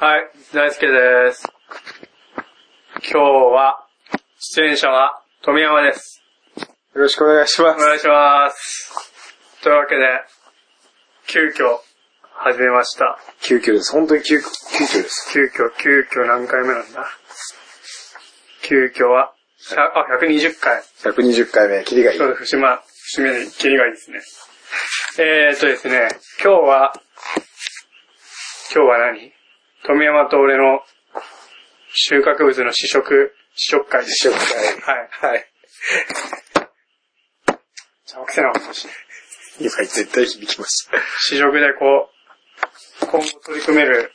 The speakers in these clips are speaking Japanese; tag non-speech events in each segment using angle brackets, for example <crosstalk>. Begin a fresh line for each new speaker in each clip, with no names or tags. はい、大輔です。今日は、出演者は富山です。
よろしくお願いしま
お
す。
願いします。というわけで、急遽、始めました。
急遽です。本当に急遽、急遽です。
急遽、急遽何回目なんだ急遽は、100あ、120回。
120回目、キリがいい
そ。うです、節間、節目で切りがいいですね。えーとですね、今日は、今日は何富山と俺の収穫物の試食、試食会です。
試食会
はい。
はい。
邪魔くせなかったし。
今絶対響きました。
試食でこう、今後取り組める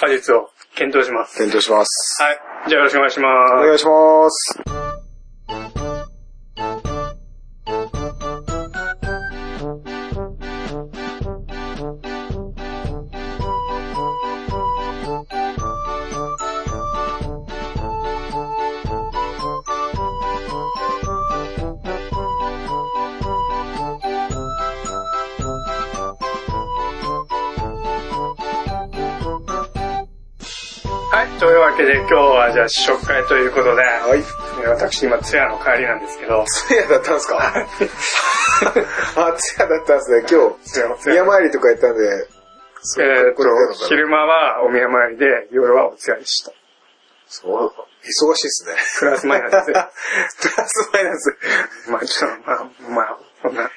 果実を検討します。
検討します。
はい。じゃあよろしくお願いしま
お
す。
願いします。
はい。というわけで今日はじゃあ試食会ということで、
はい。
えー私今、通夜の帰りなんですけど、
通夜だったんですか <laughs> あ、通夜だったんですね。
通夜の
今日、
通夜
宮参りとかやったんで、そ
えーっ
これ出るの
と、
かな
昼間はお宮参りで、夜はお通夜でした。
そう忙しいですね。
プラスマイナスで
<laughs> プラスマイナス。
まあ、ちょっと、まあ、まあ、そんな、
確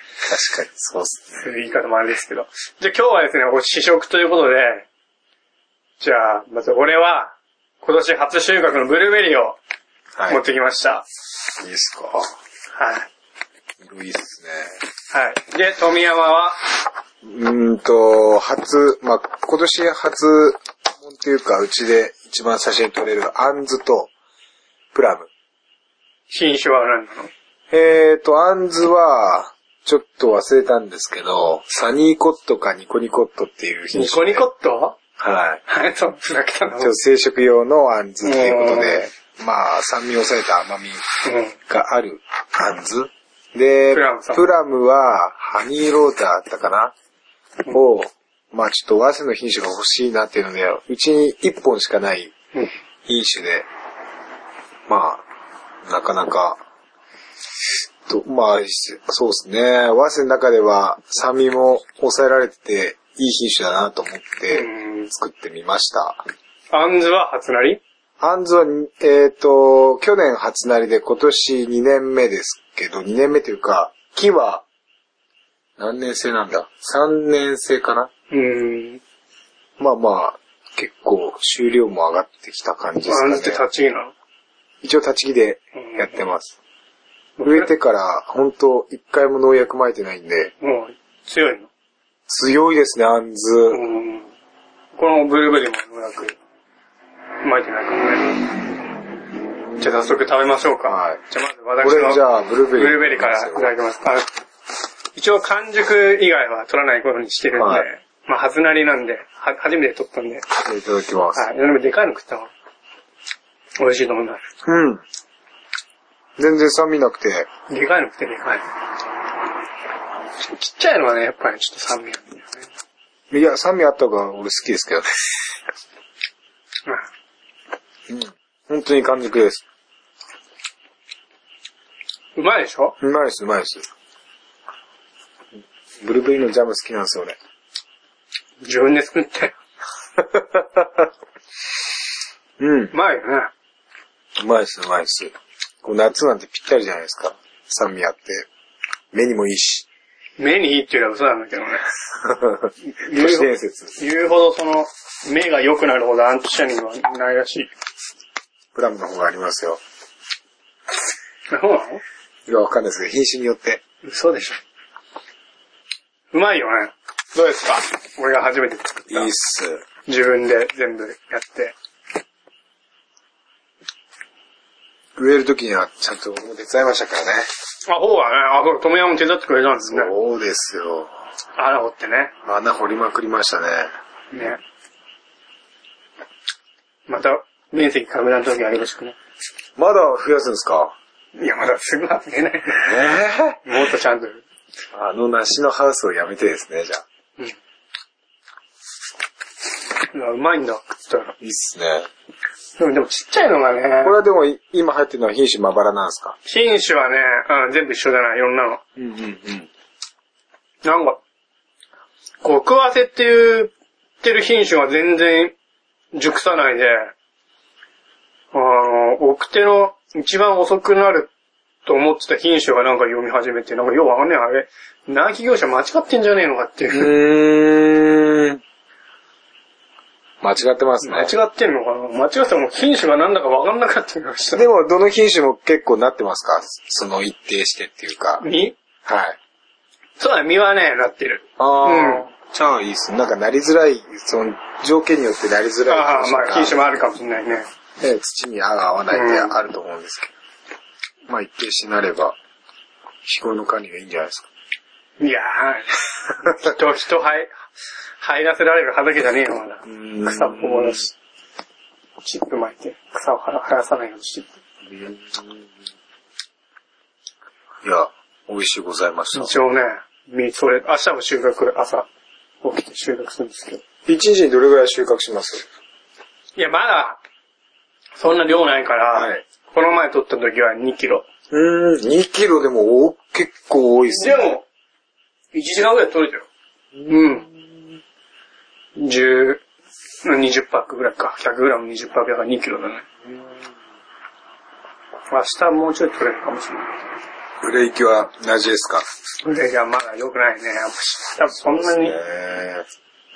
かに、そうですね。
そういう言い方もあれですけど。じゃあ今日はですね、これ試食ということで、じゃあ、まず俺は、今年初収穫のブルーベリーを
はい。
持ってきました。
いいですか
はい。
色いいっすね。
はい。で、富山は、
うーんと、初、まあ、今年初、もんっていうか、うちで一番写真撮れるアンズと、プラム。
品種は何なの
えーと、アンズは、ちょっと忘れたんですけど、サニーコットかニコニコットっていう品
ニコ
種で。
ニコット
はい。
はい、そう、ふざけたの。
ちょっと生殖用のアンズということで
え、
まあ、酸味を抑えた甘み
うん。
があるアンズ。で、
プラムさん
は、ハニーローターだったかなを、まあちょっと和製の品種が欲しいなっていうので、うちに1本しかない
うん
品種で、まあ、なかなか、とまあ、そうですね。和製の中では酸味も抑えられてて、いい品種だなと思って
うん。
作ってみました。
あんずは初なり
アンズは、えっ、と、去年初なりで今年2年目ですけど、2年目というか、木は、何年生なんだ ?3 年生かな
うん。
まあまあ、結構、収量も上がってきた感じで
あんずって
すかね。
立ち木なの
一応立ち木でやってます。植えてから、本当一回も農薬撒いてないんで、
もう、強いの
強いですね、アンズ。
うんこのブルーベリーもなく、巻いてないからね。じゃあ早速食べましょうか。
はい
じゃあまず私
こ
の
れじゃあ、ブルー
ブ
ベリー。
ルーベリーからいただきます。あ一応完熟以外は取らないことにしてるんで、
はい
まあ初なりなんで、は初めて取ったんで、はい
いただきます。。
でもでかいの食った方が美味しいと思うんだ。
うん。全然酸味なくて、
でかいの食ってでかい。ちっちゃいのはね、やっぱりちょっと酸味があるんだよね。
いや、酸味あった方が俺好きですけどね。本当に完熟で
う
す。
んうまいでしょ
うまいです、うまいです。ブルーベリーのジャム好きなんですよね。
自分で作って。
うん。
うまいよね。
うまいです、うまいです。こう夏なんてぴったりじゃないですか。酸味あって。目にもいいし。
目にいいって言うのは嘘なんだ <laughs> けどね。
都市伝説。
言うほどその、目が良くなるほどアンチシャニンはないらしい。
プラムの方がありますよ。
そうなの
いや、わかんないですけど、品種によって。
嘘でしょ。うまいよね。どうですか俺が初めて作っ
いい
た。
っす。
自分で全部やって。
植えるときにはちゃんと僕も手伝いましたからね。
あ、ほうはね、あ、そう、富山も手伝ってくれたんですね。
そうですよ。
穴掘ってね。
穴掘りまくりましたね。
ね。また、面積拡大の時はよろしくね。
まだ増やすんですか
いや、まだすぐは出ない。
え
<laughs>
え
もっとちゃんと。
あの梨のハウスをやめてですね、じゃあ。
うわうまいんだ。したら。
いいっすね。
でも、でもちっちゃいのがね、
これはでも、い今入ってるのは品種まばらなんですか
品種はね、うん、全部一緒だな、いろんなの。
うんうんうん。
なんか、極早せって言ってる品種は全然熟さないで、あの、奥手の一番遅くなると思ってた品種がなんか読み始めて、なんかようわかんねえ、あれ、内規業者間違ってんじゃねえのかっていう。
うーん。間違ってますね。
間違ってんのかな間違ってたらもう品種がなんだかわかんなかったりした。
でも、どの品種も結構なってますかその一定してっていうか。
実
はい。
そうだね、実はね、なってる。
あー
うん
じゃあいいっすね。なんかなりづらい、その条件によってなりづらい。
ああ、まあ品種もあるかもしれないね。
ね、土に合う合わないであると思うんですけど。まあ一定してなれば、日頃の管理がいいんじゃないですか。
いやー、人、人入、入らせられる畑じゃねえよ、まだ。
ん
草っぽもだし。チップ巻いて、草をはら生やさないようにして。
いや、美味しいございました。
一応ね、みそれ、明日も収穫、朝、起きて収穫するんですけど。
一日にどれぐらい収穫します
いや、まだ、そんな量ないから、
はい
この前取った時は2キロ。
うーん、2キロでもお結構多いっす
で
ね。
も、1時間ぐらい取れたよ。うん。10、20パックぐらいか。100グラム20パックだから2キロだね。明日もうちょい取れるかもしれない。
ブレーキは同じですか
ブルーベリーはまだ良くないね。やっぱ多分そんなに
え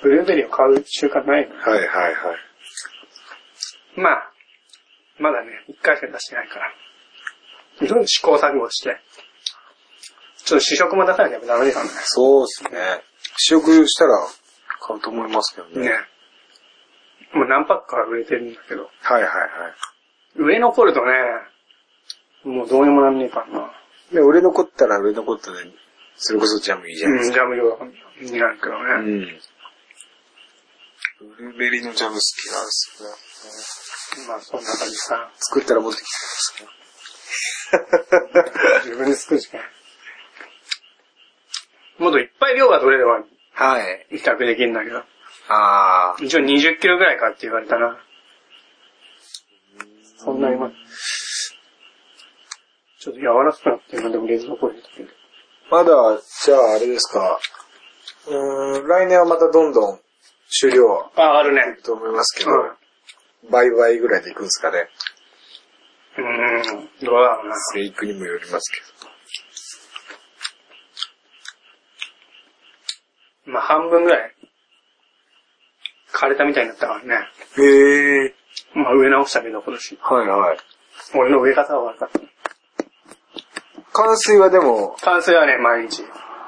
ブルーベリーを買う習慣ないよね。
ー、はいはいはい。
まあ、まだね、一回しか出してないから。いろいろ試行錯誤して。ちょっと試食も出さなきゃダメだよね。
そうですね。試食したら買うと思いますけどね。
ね。もう何パックか売れてるんだけど。
はいはいは
上残るとね、もうどうにもなんねえからな。
い。で、売れ残ったら売れ残ったで、それこそジャムいいじゃないで
う
す
ん、ジャム用になるけど
か。
ね。
うん。ブルーベリーのジャム好きなんですよね。
まあそんな感じさ、
作ったら持ってきてくだ <laughs> さい。
自分で作るしかない。もっといっぱい量が取れれば
はい。
比較できるんだけど。
あ
一応20キロぐらいかって言われたな。そんな今、ちょっと柔らかくなって今でも冷蔵庫に入れてる。
ー。まだ、じゃああれですか。うーん、来年はまたどんどん終了
あ、あるね。
と思いますけど、倍々ぐらいでいくんですかね。
うん。うん、どうだろうな。
生育にもよりますけど。
まあ半分ぐらい、枯れたみたいになったからね。
へえ。
まあ植え直したけど今年。
はいはい。
俺の植え方は悪かった。
冠水はでも、
完成はね、毎日。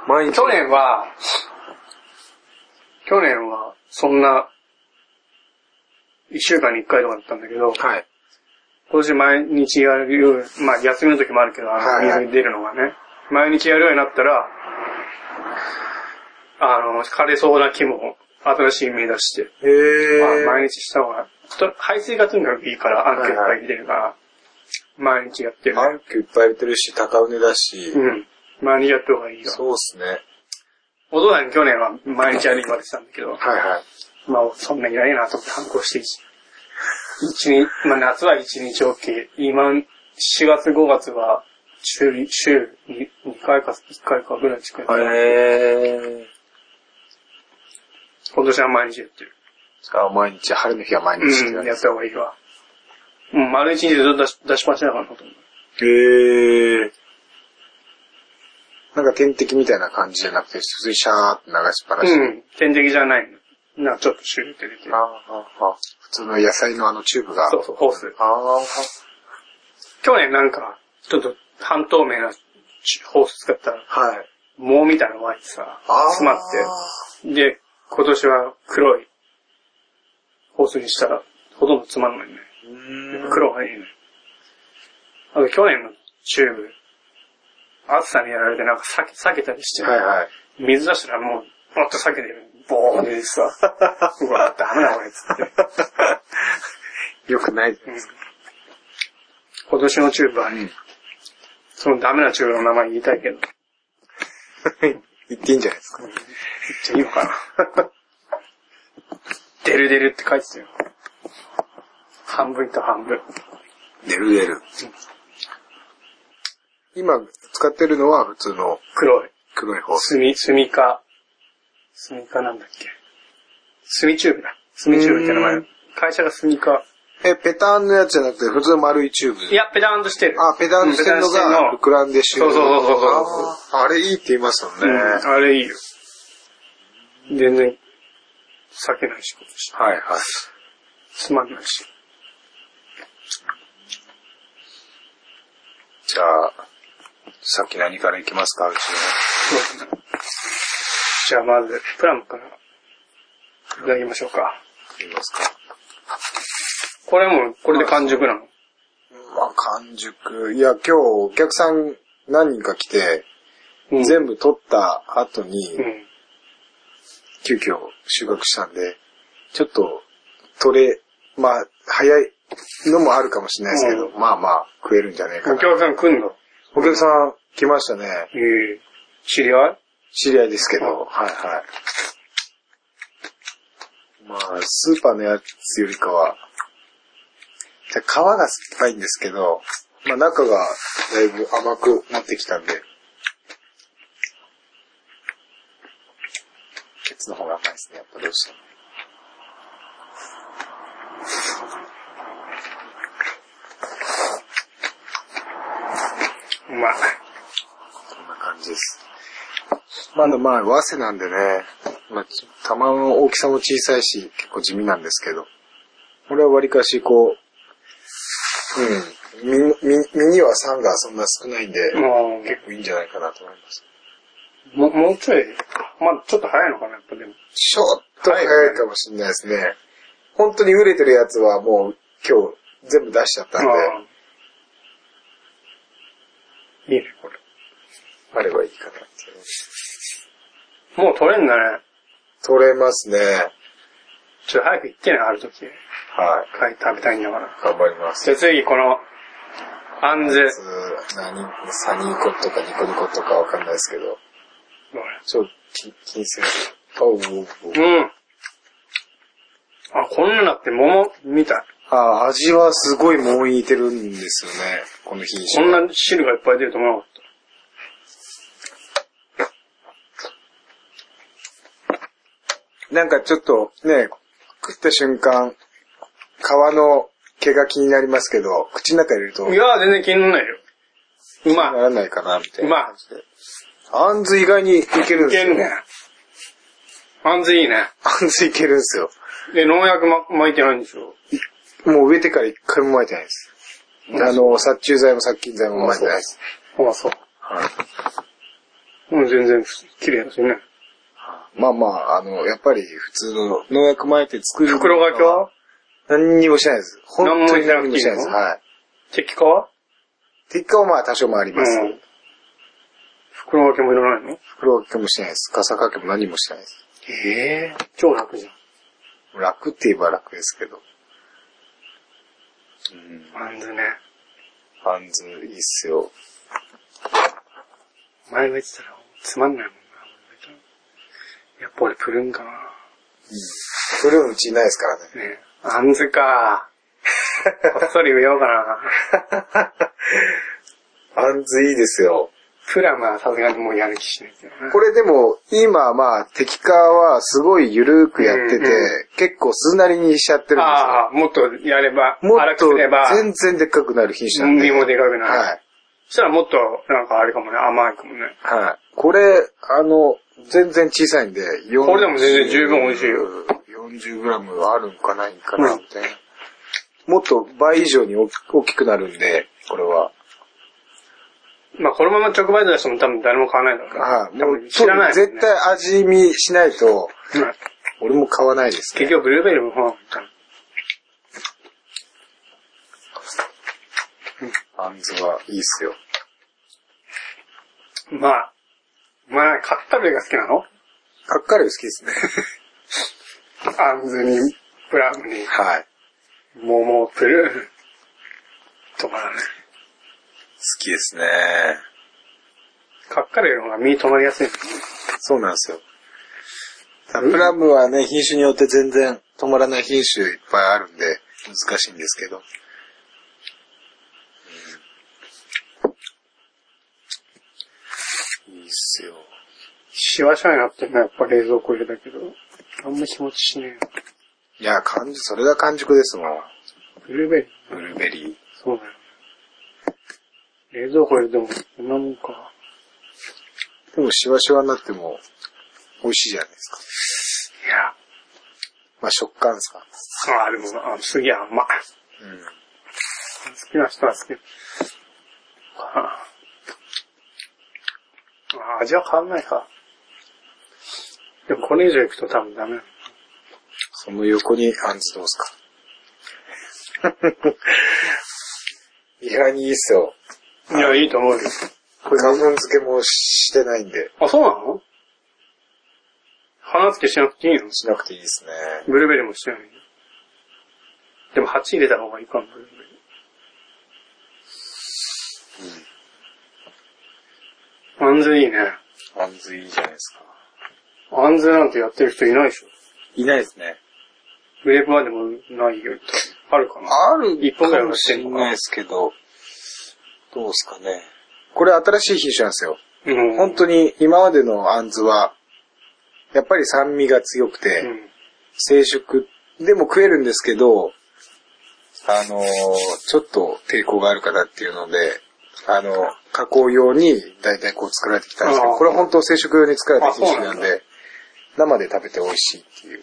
毎日。
去年は、去年は、そんな、一週間に一回とかだったんだけど、
はい。
今年毎日やる、まあ休みの時もあるけど、あ
はい
の
はい
水に出るのがね、毎日やるようになったら、あの、枯れそうな木も新しい芽出して、
へえ。
まあ毎日した方が、と排水がとにかくいいから、アンケートがいっぱい出るから、毎日やってる、ね
アンクいっぱい入れてるし、高畝だし、
うん。毎日やった方がいいよ。
そうっすね。
お父さん去年は毎日やる言われてたんだけど、
はいはい。
まあ、そんなにないなと思って反抗して一一日、まあ夏は一日 OK。今、4月5月は週に、週に2回か1回かぐらい近い。
へー。
今年は毎日やってる。
じゃあ毎日、晴れの日は毎日って
うん、やった方がいいわ。うん、丸一日ずっと出し出しっぱなしだからなと思う。
へー。なんか点滴みたいな感じじゃなくて、普通にシャーって流しっぱなし。
うん、点滴じゃないの。なんかちょっと週って出てる
あ。ああ普通の野菜のあのチューブが。
そうそう、ホース。
ああ。
去年なんか、ちょっと半透明なホース使ったら、
はい。
藻みたいなのが入ってさ、
ああ。
詰まって。で、今年は黒いホースにしたら、ほとんどつまんないね。
うーん。
黒がいいね。あと去年のチューブ、暑さにやられてなんか裂け裂けたりして、
はいはい。
水出したらもう、もっと裂けてる。ボーンって出て
<laughs>
さ、うわ、ダメだこれ、つって。
よくない。 <laughs>
今年のチューブは、
ん
そのダメなチューブの名前言いたいけど、
言っていいんじゃないですか。
<laughs> じゃあいいのかな。デルデルって書いてたよ。半分と半分。
出る出る。今使ってるのは普通の
黒い。
黒い方。
スミ、スミカ。スミカなんだっけ。スミチューブだ。スミチューブって名
う
前
ん。
会社がスミカ。
え、ペタンのやつじゃなくて普通の丸いチューブ。
いや、ペダンとしてる。
あ、ペダンしてるの
うんペダンして
が
んの
膨らんで収
そ
納
うそうそうそう
あーあれいいって言いますもんね。
うん
はい
あれいいよ。全然、酒ないし、こっち
はい。
つまんないし。
じゃあ、さっき何からいきますか、うち
じゃあまず、プラムから、いただきましょうか。
の。いきますか。
これも、これで完熟なの。
まあ、完熟。いや、今日お客さん何人か来て、
うん
全部取った後に、
うん。
急遽収穫したんで、ちょっと、取れ、まあ、早いのもあるかもしれないですけど、
う
まあまあ、食えるんじゃねえか
お
な。
客さん来んの
お客さん来ましたね。
ええ知り合い
知り合いですけど、
うん
はいはい。まあ、スーパーのやつよりかは、じゃあ皮が酸っぱいんですけど、まあ中がだいぶ甘くなってきたんで、ケツの方が甘いですね、やっぱどうしても。
うまい。
こんな感じです。まあ、まあ、和製なんでね、まあ、玉の大きさも小さいし、結構地味なんですけど、これは割かし、こう、うん、み、み、身には酸がそんな少ないんで、
も
結構いいんじゃないかなと思います。
う、ももうちょい、まあちょっと早いのかな、やっぱでも。
ちょっと早いかもしれないですね。本当に売れてるやつはもう今日全部出しちゃったんで、
うんいいね、これ。
あればいいかなって。
もう取れんだね。
取れますね。
ちょっと早く行ってね、ある時。
はい。
はい、食べたいんだから。
頑張ります。
じゃあ次、この、アンズ。
何、サニーコとかニコニコとかわかんないですけど、ちょっと気気にする。おうおうおう
うん。あ、こんなだって桃みたい。
あ、味はすごいもう似てるんですよね、この品
こ
種。
んな汁がいっぱい出ると思わなかっ
なんかちょっとね、食った瞬間、皮の毛が気になりますけど、口の中入れると、
た。いやー、全然気にならないよ。う
な
まい。
らないかな、みたいうな。
ま
あんず意外にいけ
い。
るん
いけ
ですよ
る
ね
ね。。あんずいいね。
あんずいけるんですよ。
で、農薬ま、巻いてないんでしょ
もう植えてから一回も巻いてないです。あの、殺虫剤も殺菌剤も巻いてないです。
あ、そう。
はい
うん、全然普通、綺麗だしね。
まあまあ、あの、やっぱり普通の農薬撒いて作る。
袋掛けは
何にもしないです。本当に何にもしな
何もしなくていい
いです。
の
はい。
敵化は
結果はまあ多少もあります。
うん袋掛けもいらないの
袋掛けもしないです。傘掛けも何もしないです。
ええ超楽じゃん。
楽って言えば楽ですけど。うん。
あんずね。
あんずいいっすよ。
前が言ってたら、つまんないもんな、俺が言ったらやっぱ俺プルーンかな。
それはうちいないですからね。
ねえ、あんずか。こっそり植えようかな。 <laughs>
あんずいいですよ。
プラムはさすがにもうやる気しないけどね。
これでも、今まあ、敵化はすごい緩くやっ
う
てて、
んう
結構すんなりにしちゃってるんですよ。
ああ、もっとやれば、
も
荒
っ
く
と
すれば、
全然でっかくなる品種なんで。
身もでかくなる。
はい。
そしたらもっと、なんかあれかもね、甘いかもね。
はい。これ、あの、全然小さいんで、40
これでも全然十分美味しいよ。
40グラムあるんかないんかな、
うん
みたいな。もっと倍以上に大き大きくなるんで、これは。
まあこのまま直売所出しても多分誰も買わないだろうから。
はい。も
多分
う、
知らない、ね。
絶対味見しないと、
うん
俺も買わないです、ね。
結局ブルーベリーもほら、
あんずはいいっすよ。
まあ、まあ、カッタ類が好きなの
かっかり好きです
<laughs>
ね。
あんずに、プラムに、
はい。好
桃、プルーン。とかだね。
きですね。
カッカ類の方が身に止まりやすい。
そうなんですよ。プラムはね、品種によって全然止まらない品種いっぱいあるんで、難しいんですけど。うんいいっすよ。
シワシワになってるな、やっぱ冷蔵庫入れたけど。あんま日持ちしね
いや、完熟、それが完熟ですもん。
え。ブルーベリー。
ブルーベリー。
そうだよね。冷蔵庫入れても、こんなもんか。
でも、シワシワになっても、美味しいじゃないですか。
いや、
まあ、食感ですか。
あ、でも、あすげえ甘い。
うん。
好きな人は好き。ああ味は変わんないか。でもこれ以上行くと多分ダメ。
その横にアンツどうすか。意外にいいっすよ。
いや、いいと思うよ。
これ、花粉漬けもしてないんで、
あ、そうなの花付けしなくていいの
しなくていいですね。
ブルーベリーもしてないのでも鉢入れた方がいいかも、ブルーベリー。あんずいいね。
アンズいいじゃないですか。
あんずなんてやってる人いないでしょ。
いないですね。
グレープワインでもないよ。あるかな
ある
一本ぐらいはしてんのかな
ですけど、どうですかね。これ新しい品種なんですよ。
うん
本当に今までのアンズは、やっぱり酸味が強くて、
うん。
成熟でも食えるんですけど、あのーちょっと抵抗があるかなっていうので、あの、加工用に大体こう作られてきたんですけど、
あー
これは本当成食用に作られた品種
あ
な
そ
ん
うなん
で、生で食べて美味しいっていう。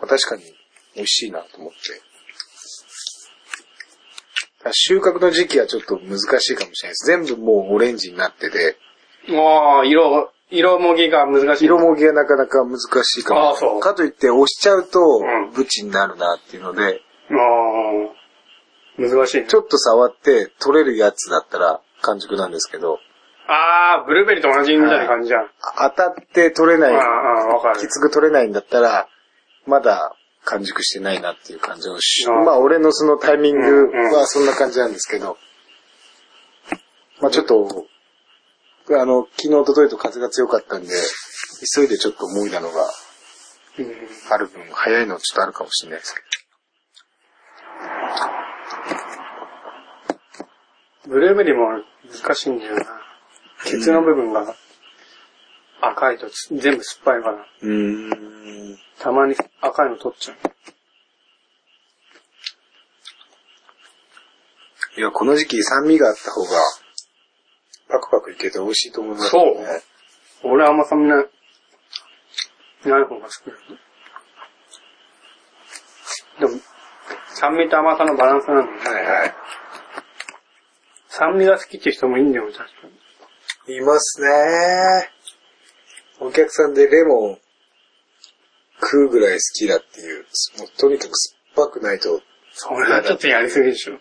まあ確かに美味しいなと思って。ただ収穫の時期はちょっと難しいかもしれないです。全部もうオレンジになってて、
ああ、色、色もぎが難しい。
色もぎがなかなか難しいか
あーそ
も。
う
かといって押しちゃうと
ん、
ブチになるなっていうので、
ああ、難しいね。
ちょっと触って取れるやつだったら完熟なんですけど、
ああ、ブルーベリーと同じみたいな感じじゃん。
あ当たって取れ
あ
な
ー
い、
あー、わかる
き。つく取れないんだったら、まだ完熟してないなっていう感じのし
あー
まあ俺のそのタイミング
うんう
はそんな感じなんですけど、まあちょっと、あの、昨日、一昨日と風が強かったんで、急いでちょっと思いだのが
うん
ある分、早いのちょっとあるかもしれないですけ
ブルーベリーも難しいんだよな。ケツの部分が赤いとつ全部酸っぱいから、
ど。うーん。
たまに赤いの取っちゃう。
いや、この時期酸味があった方が、パクパクいけて美味しいと思います
そう俺は甘さみない、ない方が好きだね。でも、酸味と甘さのバランスなんだよね。
はいはい。
酸味が好きっていう人もいいんだよ、確かに。
いますね。お客さんでレモン食うぐらい好きだっていう、もうとにかく酸っぱくないと、
それはちょっとやりすぎでしょ。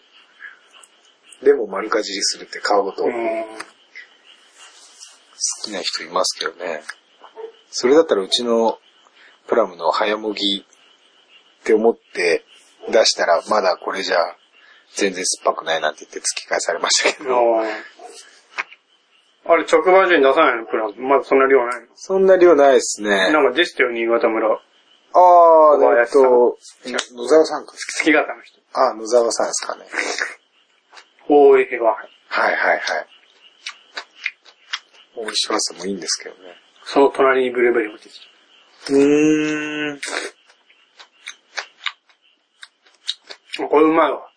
レモン丸かじりするって皮ごと
う
好
ん。
きな人いますけどね。それだったらうちのプラムの早もぎって思って出したらまだこれじゃ全然酸っぱくないなんて言って突き返されましたけど。
あれ、直売所に出さないのプラン。まだそんな量ないの。
<laughs> そんな量ないですね。あ
なんか出したよ、新潟村。
あ
小
ー、えっ
林さん
と、野沢さんか。
月形の人。
ああ、野沢さんですかね。
大江平和。
はいはいはい。大石和もいいんですけどね。
その隣にブルーベリー持ってきた。
うーん。
あこれうまいわ。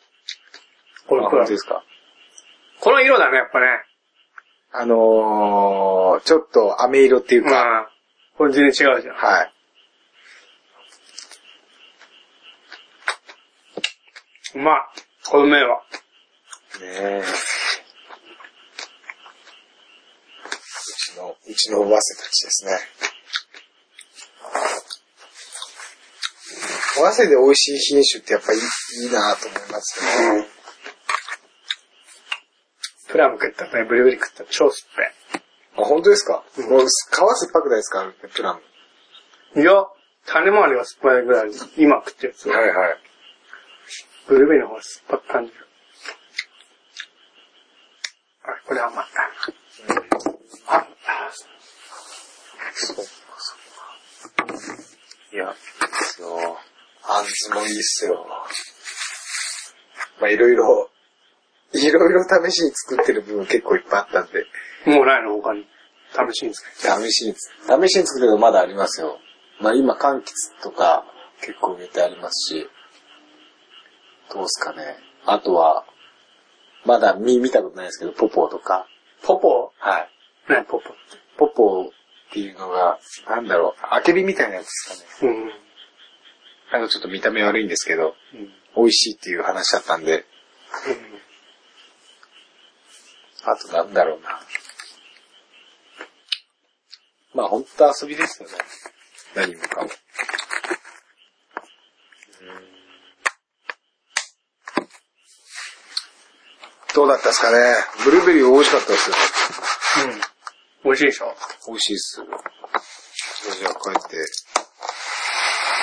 これプ
あ、本
ラ
当ですか
この色だね、やっぱね。
あのー、ちょっと飴色っていう
う
か、
ん。これ全然違うじゃん。
はい。
うまい。これうめえわ。
ねえ。うちの、うちのワセたちですね。ワセで美味しい品種ってやっぱいいいいなと思いますね。
プラム食ったらね、ブルーベリー食ったら超酸っぱい。
あ、本当ですか、
ん
もう皮酸っぱくないですかプラム。
いや、種周りが酸っぱいぐらい、今食ってるやつは。
いはい。
ブルーベリーの方が酸っぱく感じる。あ、これ甘い。あ、
いや、そう。あんずもいいっすよ。まあいろいろ、いろいろ試しに作ってる部分結構いっぱいあったんで、
もうないの他に。試しにです
試しにつ、試しに作るのまだありますよ。まあ今、柑橘とか結構植えてありますし、どうすかね。あとは、まだ見、見たことないですけど、ポポーとか。
ポポ
はい。
ね、ポポ。
ポポーっていうのが、なんだろう、あけびみたいなやつですかね。
うん。うん
あの、ちょっと見た目悪いんですけど、美味しいっていう話だったんで、あとなんだろうな。まあ、ほんと遊びですよね。何もかも。どうだったですかねブルーベリー美味しかったですよ。
うん。美味しいでしょ
美味しいっす。じゃあ帰って、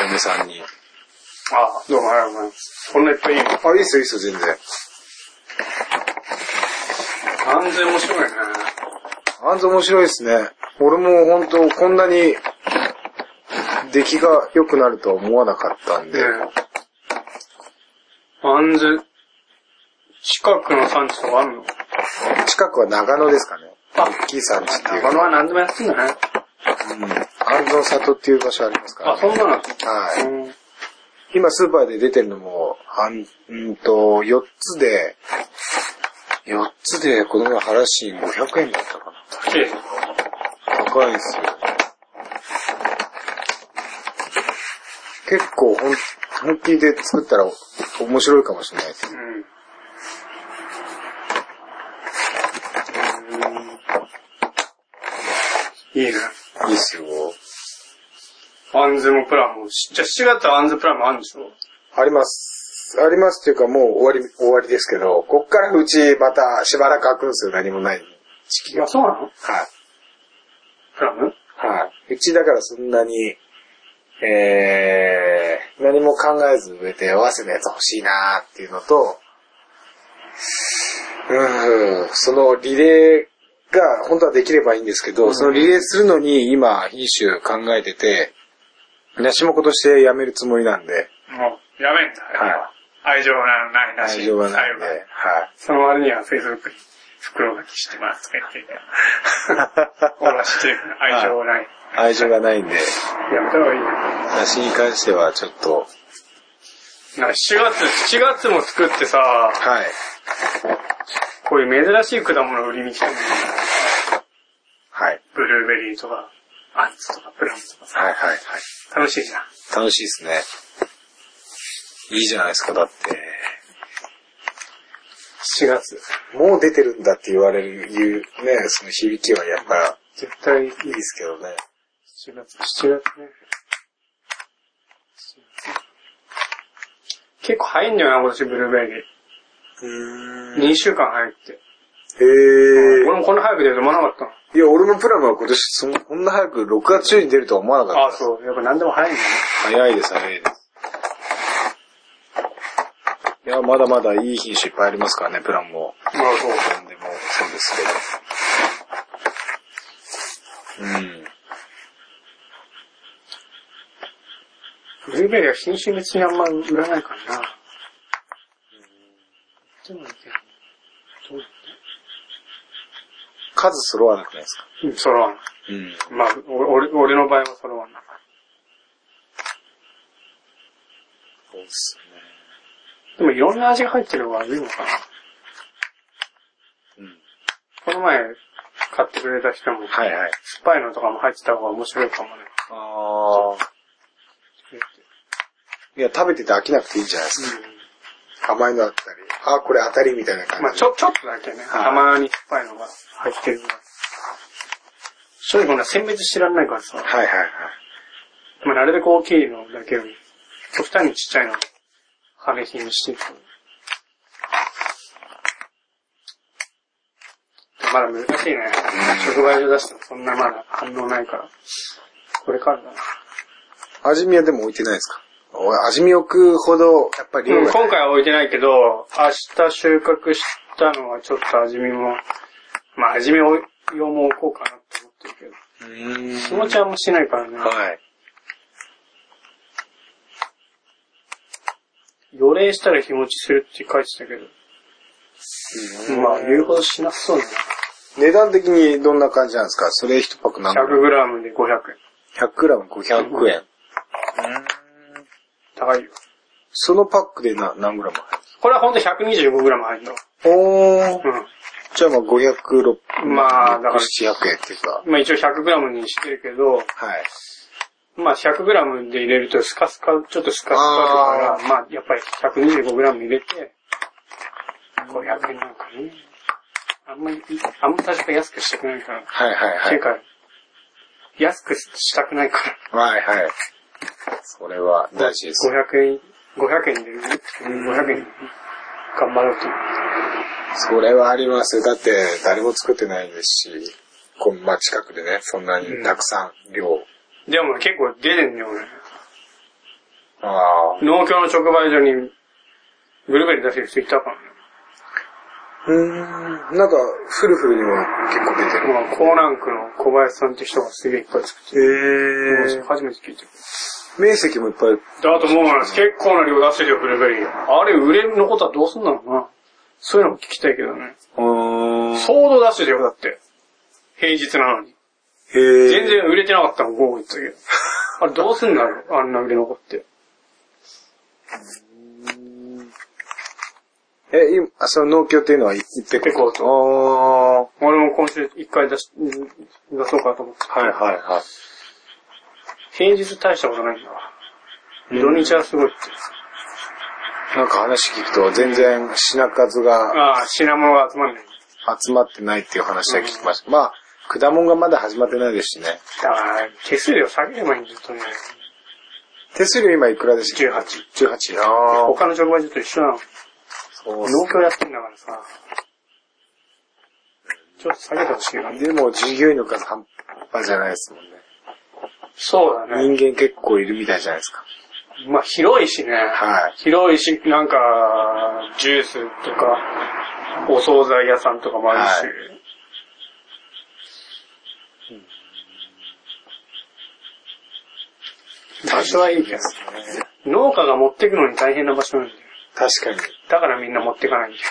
嫁さんに。
ああ、どうもありがとうございます。こんないっぱいいいの
あ、いいっすよ、いいっすよ、全然。
完全面白いね。
あんず面白いですね。俺も本当こんなに出来が良くなるとは思わなかったんで。
ねえ。あんず、近くの産地とかあるの
近くは長野ですかね。
あ、
大きい産地っていう
長野は何でもやってんだね。
安藤里っていう場所ありますから、
あ、そんなのは
はい。
うん。
今スーパーで出てるのも、あん、うんと、4つで、4つでこの前ハラシン500円だったか
高いです
な。高いですよ。結構ほん、本気で作ったら面白いかもしれないです。
うん。いいね。
いいっすよ。
アンズもプランも。しじゃあ7月はアンズプランもあるんでしょ
あります。ありますっていうかもう終わり、終わりですけど、こっからうちまたしばらく開くんですよ、何もない。時期
いや、
が。
そうなの
はい。
プラム
はい。うちだからそんなに、えー、何も考えず植えて、合わせのやつ欲しいなーっていうのと、うーん、そのリレーが本当はできればいいんですけど、
うん
そのリレーするのに今品種考えてて、梨も今年やめるつもりなんで、
もう、やめんだ。
は
愛情な、ないなし。
大丈夫な
愛
ん
情が
で、はい。
その割には Facebook に袋書きしてます <laughs> とか言ってた。おらしてる愛情ない。
愛情がないんで、
やめた方がいいよ。
梨に関してはちょっと、
なんか4月、7月も作ってさ、
はい。
こういう珍しい果物を売りに来てもいいよ
はい。
ブルーベリーとか、アンズとかプラムとかさ、
はいはいはい。
楽しいじゃん。
楽しいですね。いいじゃないですか、だって。7月。もう出てるんだって言われる、いうね、その響きはやっぱ、
絶対いい。
いいですけどね。
7月、7月ね。結構入んのよな、今年ブルーベリー。
う
2週間早くて。
へえ。
俺もこんな早く出ると思わなかっ
いや、俺のプラムは今年そん、こんな早く6月中に出るとは思わな
た
か
の。
っ
あ、
た。
そう。やっぱ何でも早いんだね。
早いです、早いです。いや、まだまだいい品種いっぱいありますからね、プラムも。
まあそう。
なんでもそうですけど。うん。
ブルーベリーは品種別にあんま売らないからな。どうなんだよ。どうなん
数揃わなくないですか
だよ。揃わん。
うん。
まあ、お俺、俺の場合は揃わんな。
そうです
でもいろんな味が入ってる方がいいのかな。
ね。うん。
この前、買ってくれた人も、酸っ
はいはい。
ぱいのとかも入ってた方が面白いかもね。
あいや、食べてて飽きなくていいんじゃないですか。甘いのあったり。あ、これ当たりみたいな
うん。
感じ。
まあちょ、ちょっとだけね。
はい
たまに酸っぱいのが入ってるぐらい。正直こんな選別知らないからさ。
はいはいはい。
まあなるべく大きいのだけより、極端にちっちゃいのを羽品にしていく。まだ難しいね。直売所出してもそんなまだ反応ないから。これからだな。
味見はでも置いてないですか俺味見置くほど、やっぱり量
うん、
が、
今回は置いてないけど、明日収穫したのはちょっと味見も、まあ味見用も置こうかなって思ってるけど、
うん。
気持ちはあんましないからね。
はい。
予冷したら日持ちするって書いてたけど。まあ、言うほどしなそうだ
値段的にどんな感じなんですかそれ一パック何
な。
グ
100g で500円。
ラム ?100 グラム500円。
高いよ。
そのパックでな何グラム
これはほんと 125g 入ったわ。
おー。じゃあまあ506、
まあだから
700円っていうか。
うん。まあ一応 100g にしてるけど、
はい。
まあ 100g で入れるとスカスカ、ちょっとスカスカだから、まあやっぱり 125g 入れて、500円なんかね。あんまり、あんま確か安くしたくないから。
はいはい
っ
は
てい。
いう
か、安くしたくないから。
はいはい。それは大事です。
500円、500円で、500円、頑張ろうと思う。
それはありますよ。だって誰も作ってないですし、こんまあ近くでね、そんなにたくさん量。
でも結構出てんね、俺。
ああ。
農協の直売所に、ブルーベリー出してる人いたからね。
うーん。なんか、フルフルにも結構出てる。
まあ、高ランクの小林さんって人がすげえいっぱい作って
へ
る。初めて聞いてる。
面積もいっぱい。
だと思うな結構な量出してるよ、ブルーベリー。あれ、売れ残ったらどうすんだろうな。そういうのも聞きたいけどね。
うーん。
相当出してるよ、だって。平日なのに。
へえ。
全然売れてなかったの、午後言ってたけど。あれどうすんだろうあんな売れ残って。
え、今、あその農協っていうのは一ペコ
ペコと
あー
俺も今週一回出し、ん出そうかと思って。
はいはいはい。
平日大したことないんだわ。土日はすごいって。
なんか話聞くと全然品数が
ああ、品物が集まんない。
集まってないっていう話は聞きました。まあ、果物がまだ始まってないですしね。
だから、手数料下げればいいんだよ、とね。
手数料今いくらです
18。
18。ああ。
他の直売所と一緒なの。
そうっす
農協やってんだからさ。ちょっと下げてほしいな。
でも従業員の数半端じゃないですもんね。
そうだね。
人間結構いるみたいじゃないですか。
まあ、広いしね。
はい。
広いし、なんか、ジュースとか、お惣菜屋さんとかもあるし。
はい
場所はいいけど。農家が持ってくのに大変な場所なんだよ。
確かに。
だからみんな持ってかないんだよ。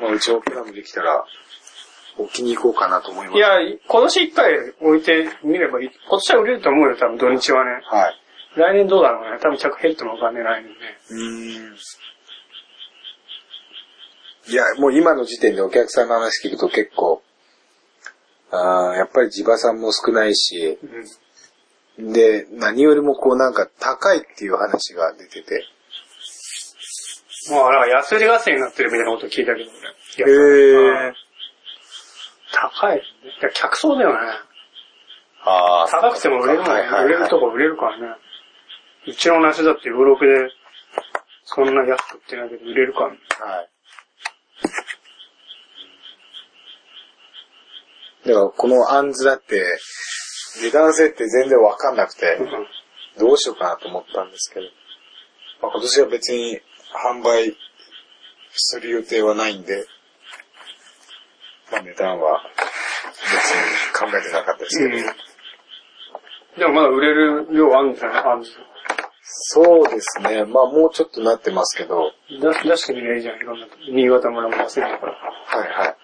まあ、うちもプラムできたら、置きに行こうかなと思います。
い、や、今年一回置いてみればいい。今年は売れると思うよ、多分土日はね。
はい。
来年どうだろうね。多分着減るともわかんね来年ね。
うーん。いや、もう今の時点でお客さんの話聞くと結構、あーやっぱり地場産も少ないし、
うん。
で、何よりもこうなんか高いっていう話が出てて。
もうなんかヤスリ合戦になってるみたいなこと聞いたけど、
へ
俺。
ー。
高いよね。いや、客層だよね。
あー
高くても売れるもん、
はいはいはい
売れるとこ売れるからね。うちの梨だって56で、そんな安く売ってないけど売れるからね。
はい。だからこのアンズだって、値段設定全然わかんなくて、
うん
どうしようかなと思ったんですけど、まあ、今年は別に販売する予定はないんで、まあ、値段は別に考えてなかったですけ
で
ど、
もまだ売れる量あるんじゃないあんじ
そうですね。まあもうちょっとなってますけど、はい
ゃん。出出してみればいいじゃん、いろんなとこ。新潟村も出せるんだから。
はい。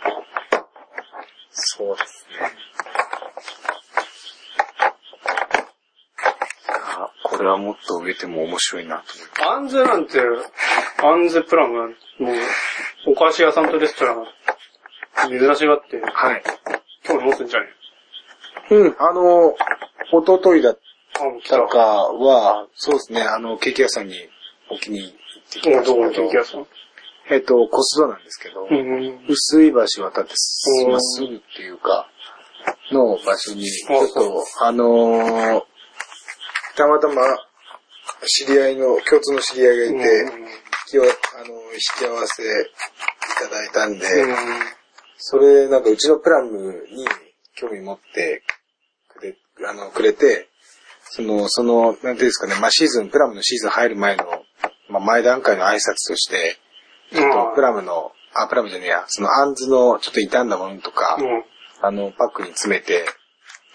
そうですね。あこれはもっと売れても面白いなと思い
あんずなんて、あんずプラムなんて、もう、お菓子屋さんとレストラン、珍しがって、
はい。
興味持つんじゃね
うん、あの、おとといだっ
えあ、もう来た。
た
も
かは、そうですね、あの、ケーキ屋さんに置きに行ってきま
う
し
どこ
た
の
け
ケーキ
ど
屋、さん
えっと、コスドなんですけど、
うんうん。
薄い橋渡ってす
おー
まあすぐっていうか、の場所に、ち
あ
ょっと、あのーたまたま、知り合いの、共通の知り合いがいて、
うんうん
きよあのー引き合わせいただいたんで、
うん
それ、なんかうちのプラムに興味持ってくれ、あの、くれて、その、その、なんていうんですかね、まあ、シーズン、プラムのシーズン入る前の、まあ、前段階の挨拶として、ちょっとプラムの、あ、プラムじゃねえや、そのアンズのちょっと傷んだものとか、
うん。
あの、パックに詰めて、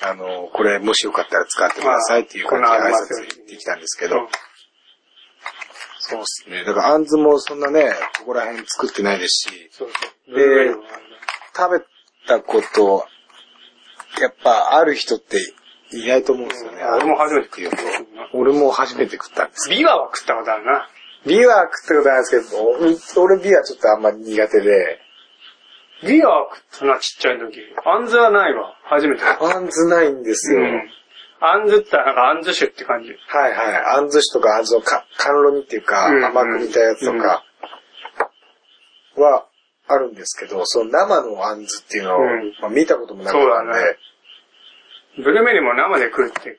あの、これもしよかったら使ってくださいっていう感じで
まあこんなのありますよ
挨拶に行ってきたんですけ
うん
ど、そうですね。だから、あんずもそんなね、ここら辺作ってないですし、
そうそう。ブルーベリーもあるな
食べたこと、やっぱある人っていないと思うんですよね。
うん俺も初めて食
よ
った
俺も初めて食ったんです。
ビワは食ったことあるな。
ビワ食ったことあるんですけど、お俺ビワちょっとあんま苦手で、
ビワは食ったな、ちっちゃい時。あんずはないわ。初めて。
あんずないんです
う
よ。
ん。あんずってなんかあんず酒って感じ。
はいはい。あんずしとか、あんずのか、甘露煮っていうか、
うんうん
甘く煮たやつとか、は、あるんですけど、その生のあんずっていうのを、
うん
まあ、見たこともなかったんで、
ブルーベリーも生で食うって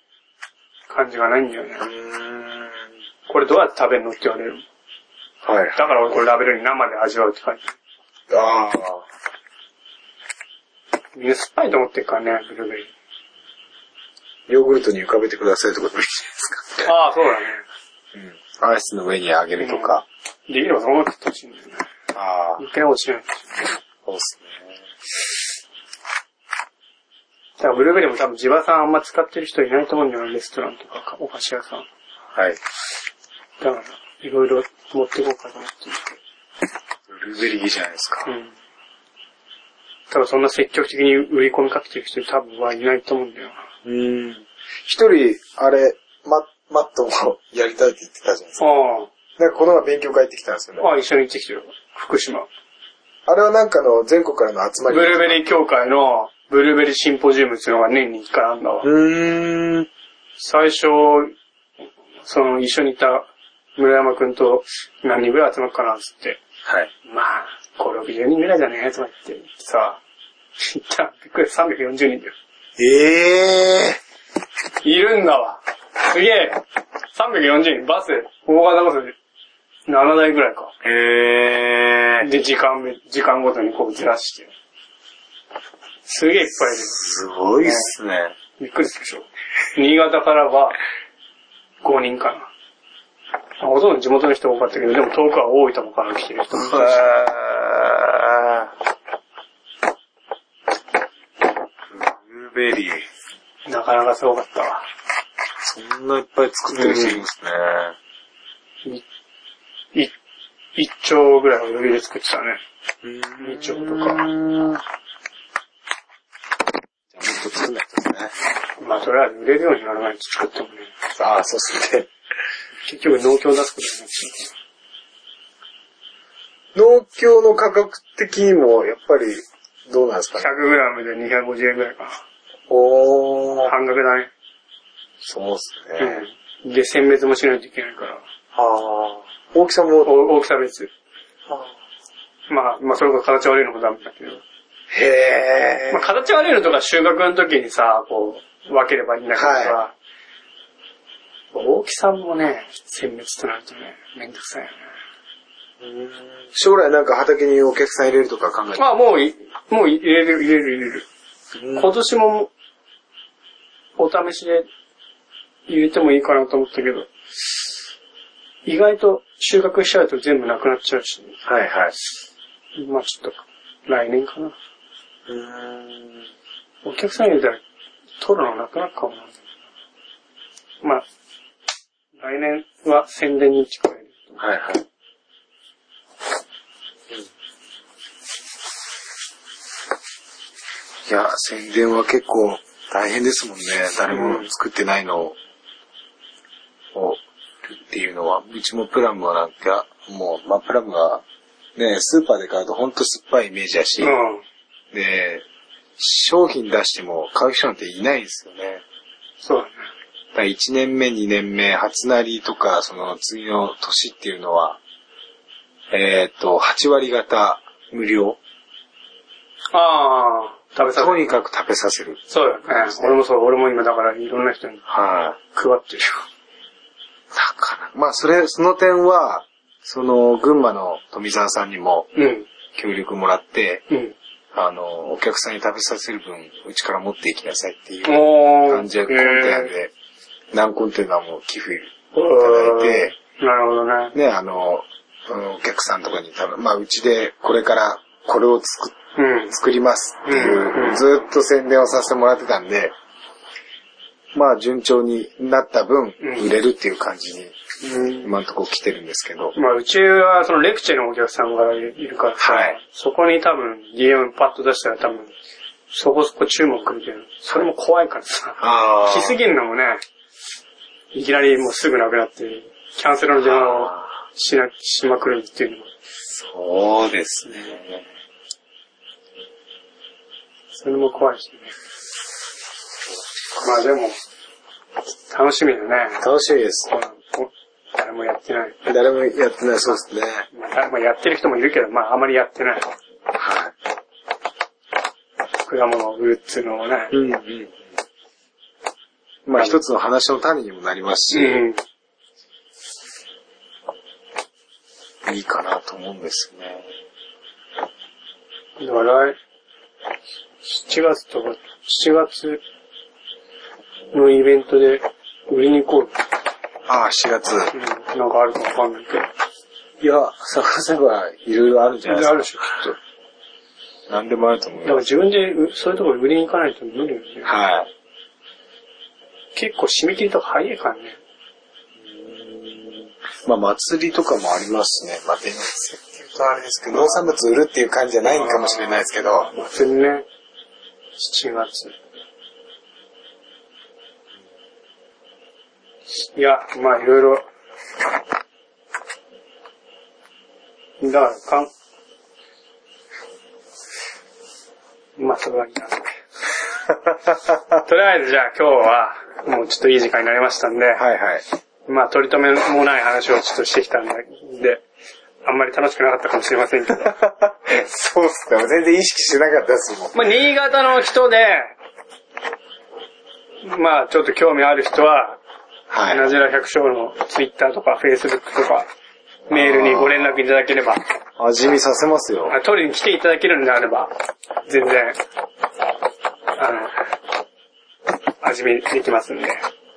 感じがないんだよね。
うーん
これどうやって食べるのって言われる。
はい
だから俺これラベルに生で味わうって感じ。
ああ。
みんな酸っぱいと思ってるからね、ブルーベリー。
ヨーグルトに浮かべてくださいってことでいいじゃない
ああ、そうだね。
ですか。うん。アイスの上にあげるとか。
できればそのまま食ってほしいんだよね。
ああ。
一回落ちない。
そうですね。
だからブルーベリーも多分地場産あんま使ってる人いないと思うんだよね、レストランとかお菓子屋さん。
はい。
だから、いろいろ持ってこうかなっていう。
ブルーベリーいいじゃないですか。
うん。ただそんな積極的に売り込みかけてる人多分はいないと思うんだよな。
うん。一人、あれ、ママットもやりたいって言ってたじゃないですか。
あ
なんかこの前勉強会行ってきたんですよね。
あ、ああ、一緒に行ってきてる。福島。
あれはなんかの全国からの集ま
ブ
り。
ルーベリー協会のブルーベリーシンポジウムっていうのが年に1回あんだわ。
うーん。
最初、その一緒にいた村山くんと何人ぐらい集まるかなっつって。
はい。
まあ、5、60人ぐらいじゃねえとか言って。さあ、行ったらびっくり340人だよ。
ええ
いるんだわ。すげえ。340人、バス、大型バスで、7台ぐらいか。
ー。えー。
で、時間め、時間ごとにこうずらして。すげえいっぱいい
すごいっすね。
る。びっくりするでしょ。新潟からは、5人かな。ほとんど地元の人多かったけど、でも遠くは大分から来てる人もいるし
わー。ブルーベリー。
なかなかすごかったわ。
そんないっぱい作ってる人いるんですね。
い、一丁ぐらいは余裕で作ってたね。
うん
二丁とか。
じゃあもっと作んないとですね。
まあ、それは売れるようにならないと作ってもね。
ああ、そうですね。
結局農協を出すことになっちゃう。
農協の価格的にも、やっぱり、どうなんですかね。
100g で250円ぐらいかな。
おー。
半額だね。
そうですね。
うん。で、選別もしないといけないから。
あー。大きさも、
お大きさ別。まあ、まあ、それこそ形悪いのもダメだけど。
へー
まあ、。形悪いのとか収穫の時にさ、こう、分ければいいんだけどさ、
は
大きさもね、選別となるとね、めんどくさいよね。
将来なんか畑にお客さん入れるとか考えて
まあ、もうい、もう入れる、入れる、入れる。
うん
今年も、お試しで入れてもいいかなと思ったけど、意外と収穫しちゃうと全部なくなっちゃうし、
はいはい。
まあちょっと、来年かな。
うーん
お客さん入れたら、取るのなくなるかもな。まあ来年は宣伝に力を入れると思
はいはい。いや、宣伝は結構大変ですもんね。誰も作ってないのを、をっていうのは。うちもプラムはなんか、もう、まあ、プラムが、ね、スーパーで買うとほんと酸っぱいイメージやし、
う。うん。
で、商品出しても買う人なんていないですよね。
そうだね。
だから1年目、2年目、初なりとか、その次の年っていうのは、えっ、と、8割方無料。
ああ、食べさせ
とに
る。
かく食べさせる。
そうだよね。俺もそう、俺も今だからいろんな人に
はい、
配ってるよ。
だから、まあそれ、その点は、その、群馬の富澤さんにも
うん。
協力もらって、
うん。
あの、お客さんに食べさせる分、うちから持っていきなさいっていう
おー。
感じで、コンテナで、何コンテナも寄付い
えー
ただいて、
なるほどね。
ね、あの、あのお客さんとかに多分、まあ、うちでこれからこれを作っ
うん。
作りますっていうう、
ん
ずっと宣伝をさせてもらってたんで、まあ順調になった分
う、ん
売れるっていう感じに、
うん
今のところ来てるんですけど。
まあ、うちは、そのレクチェのお客さんがいるからさ、
はい
そこに多分 DM パッと出したら多分、そこそこ注文来るけど、それも怖いからさ、
あ
来すぎるのもね、いきなりもうすぐなくなって、キャンセルの電話をしな、しまくるっていうのも、
そうですね。
それも怖いしね。まあでも、楽しみだね。
楽しみです。
こうお誰もやってない。
誰もやってない、そうですね。
まあ誰もやってる人もいるけど、まああまりやってない。
は
果物を売るっていうのもね。
い。うんうん。まあ一つの話の種にもなりますし、
うん。
いいかなと思うんですよね。
だから来、7月とか、7月のイベントで売りに行こうって
ああ、4月。
いうのがあるかわかんないけど。
いや、探せばいろいろあるんじゃないですか。
あるでしょ
きっと。何でもあると思い
だから
ます。
自分でうそういうところに売りに行かないと無理よね。
はい。
結構締め切りとか早いからね。
まあ祭りとかもありますしね。まあ電熱っていうとあれですけど、農産物売るっていう感じじゃないのかもしれないですけど。
普通にね、7月。いや、まあいろいろ。だから、かん、まあそれはいい
<laughs>
な。とりあえずじゃあ今日は、もうちょっといい時間になりましたんで、
はいはい。
まあ取り留めもない話をちょっとしてきたんで、あんまり楽しくなかったかもしれませんけど。
<laughs> そうっすか。全然意識しなかったですもん。
まあ、新潟の人で、まあ、ちょっと興味ある人は、
はい。
なじら百姓のツイッターとかフェイスブックとか、メールにご連絡いただければ、
味見させますよ。
あ取りに来ていただけるんであれば、全然、あの、味見できますんで、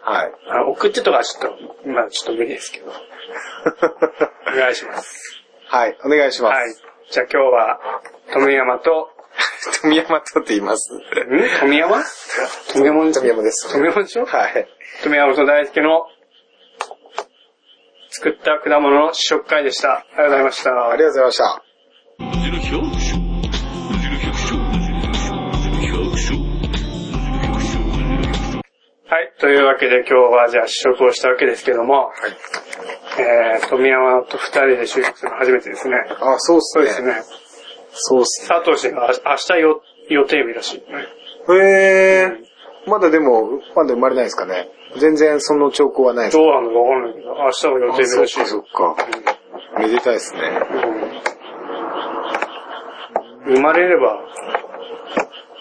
はい。 <laughs>
あの送ってとかはちょっと、まあちょっと無理ですけど、お願いします。
はい、お願いしま
はい
す。。
じゃあ今日は、富山と、
富山とって言います。
ん富山富山
富山です。
富山でしょ
はい。
富山と大輔の作った果物の試食会でした。ありがとうございました。
ありがとうございました。
Brasileiro Show. Brasileiro Show. Brasileiro Show. Brasileiro Show. Brasileiro Show. Brasileiro Show.
はい。というわけで今日はじゃあ試食をしたわけですけども、えー、富山と二人で収録するの初めてですね。
あ、そうっす
そう
ね。
ですね。
そうっすね。
佐藤氏があ明日よ予定日らしい、ね。
へえ。まだでも、まだ生まれないですかね。全然その兆候はないです
どうなのかわかんないけど、明日の予定日らしいよ。
そっかそっか。めでたいですね。
うん生まれれば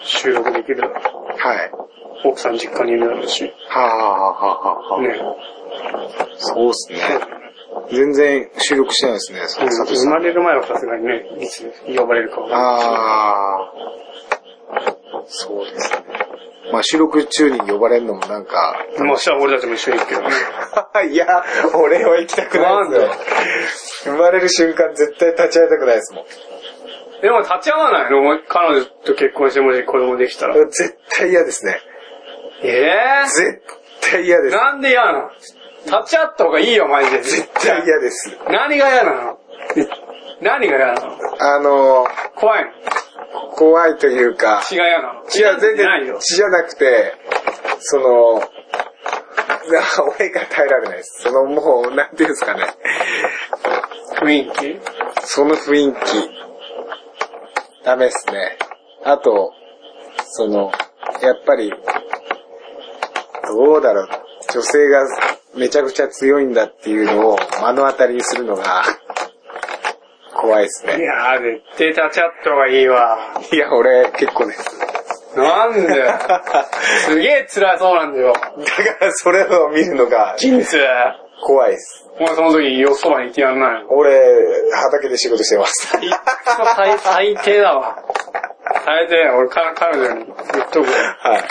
収録できるだろう。
はい。
奥さん実家にいるだろうし。ね。
はあ、はあはあはあ、そうっすね。全然収録してないですね、その佐藤
生
さん。
まれる前はさすがにね、いつ呼ばれるかわかんない。
ああ。そうですね。まあ収録中に呼ばれるのもなんか、
まあ、したら俺たちも一緒に行くけどね。
<laughs> いや、俺は行きたくないですよ。生まれる瞬間絶対立ち会いたくないですもん。
でも立ち会わないのもう彼女と結婚してもし子供できたら。
絶対嫌ですね。
え
絶対嫌で
ぇ
す。
なんで嫌なの立ち会った方がいいよ、マジで。絶
絶対嫌です。
何が嫌なの何が嫌なの
あの、
怖いの
怖いというか、
血が嫌なの
いや、全然
ないよ、。
血じゃなくて、その、な俺が耐えられないです。そのもう、なんていうんですかね。
雰囲気
その雰囲気、ダメですね。あと、その、やっぱり、どうだろう。女性がめちゃくちゃ強いんだっていうのを目の当たりにするのが、怖いです
い
ね。
やー、絶対立ち会った方がいいわ。
いや、俺、結構ね。
なんで
だか
すげえ辛そうなんだよ。
ら、それを見るのが
キンツ
怖いです。
お前その時、よそばに行ってやんないの
俺、畑で仕事してます。
いっつも最最低だわ。最低だよ。俺か、彼女に言っとくよ。
はい。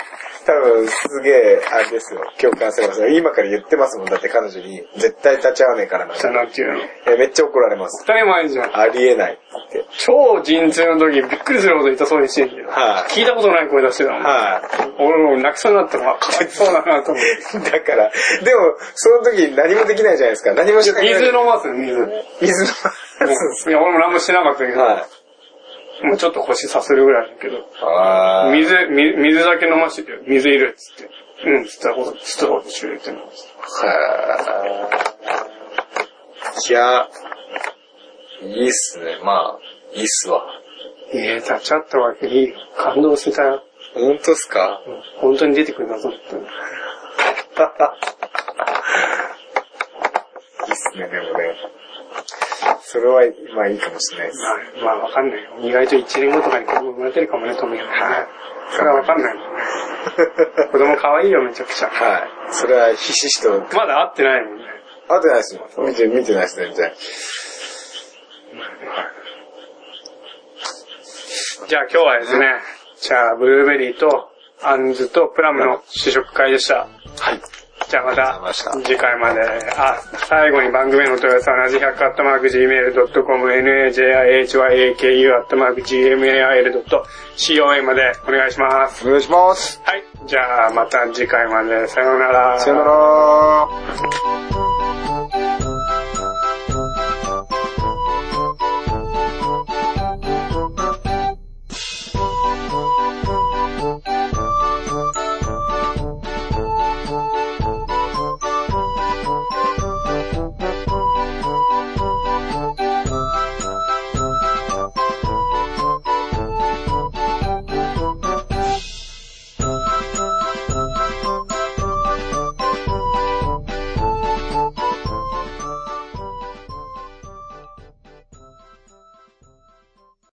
多分、すげえ、あれですよ。共感されますよ。今から言ってますもん。だって彼女に、絶対立ち会わねえからな。
さ、なんていうの
えめっちゃ怒られます。
当たり前じゃん。
ありえないって。
超陣痛の時びっくりするほど痛そうにしてんけど。
はい
聞いたことない声出してたもん。
はい、
俺もう泣きそうになったのはかわいそうだなと思って。
だから、でも、その時何もできないじゃないですか。何もしない。
水飲ます水。も
水の。
ういや、俺も何もしてなかったけど、
はい。
もうちょっと腰さするぐらいだけど、
あー
水、み水だけ飲ましててよ、水いるっつって。うん、つったら、ストローで終了って飲ませ
はい。いや、いいっすね。まあ、いいっすわ。
て。いや、立ち会ったわけいいよ。感動してたよ。
本当っすか
うん本当に出てくるなと思った。
<laughs> いいっすね、でもね。それは、まあいいかもしれないです。 <laughs>
まあ、まあわかんないよ。意外と1年後とかに子供生まれてるかもね、ともよ。それはわかんないもんね。子供可愛いよ、めちゃくちゃ。
はい。それは、ひしひしと、
まだ会ってないもんね。
あてないっすもん。見て、見てないっすね、みたい
じゃあ今日はですね、じゃあブルーベリーとアンズとプラムの試食会でした。
はい。
じゃあま
ありがとうござい
た
ま
次回まで。あ、最後に番組への問い合わせは、なじ 100-gmail.com、najihyaku-gmail.com までお願いします。
お願いします。
はい。じゃあまた次回まで。さようなら。
さよなら。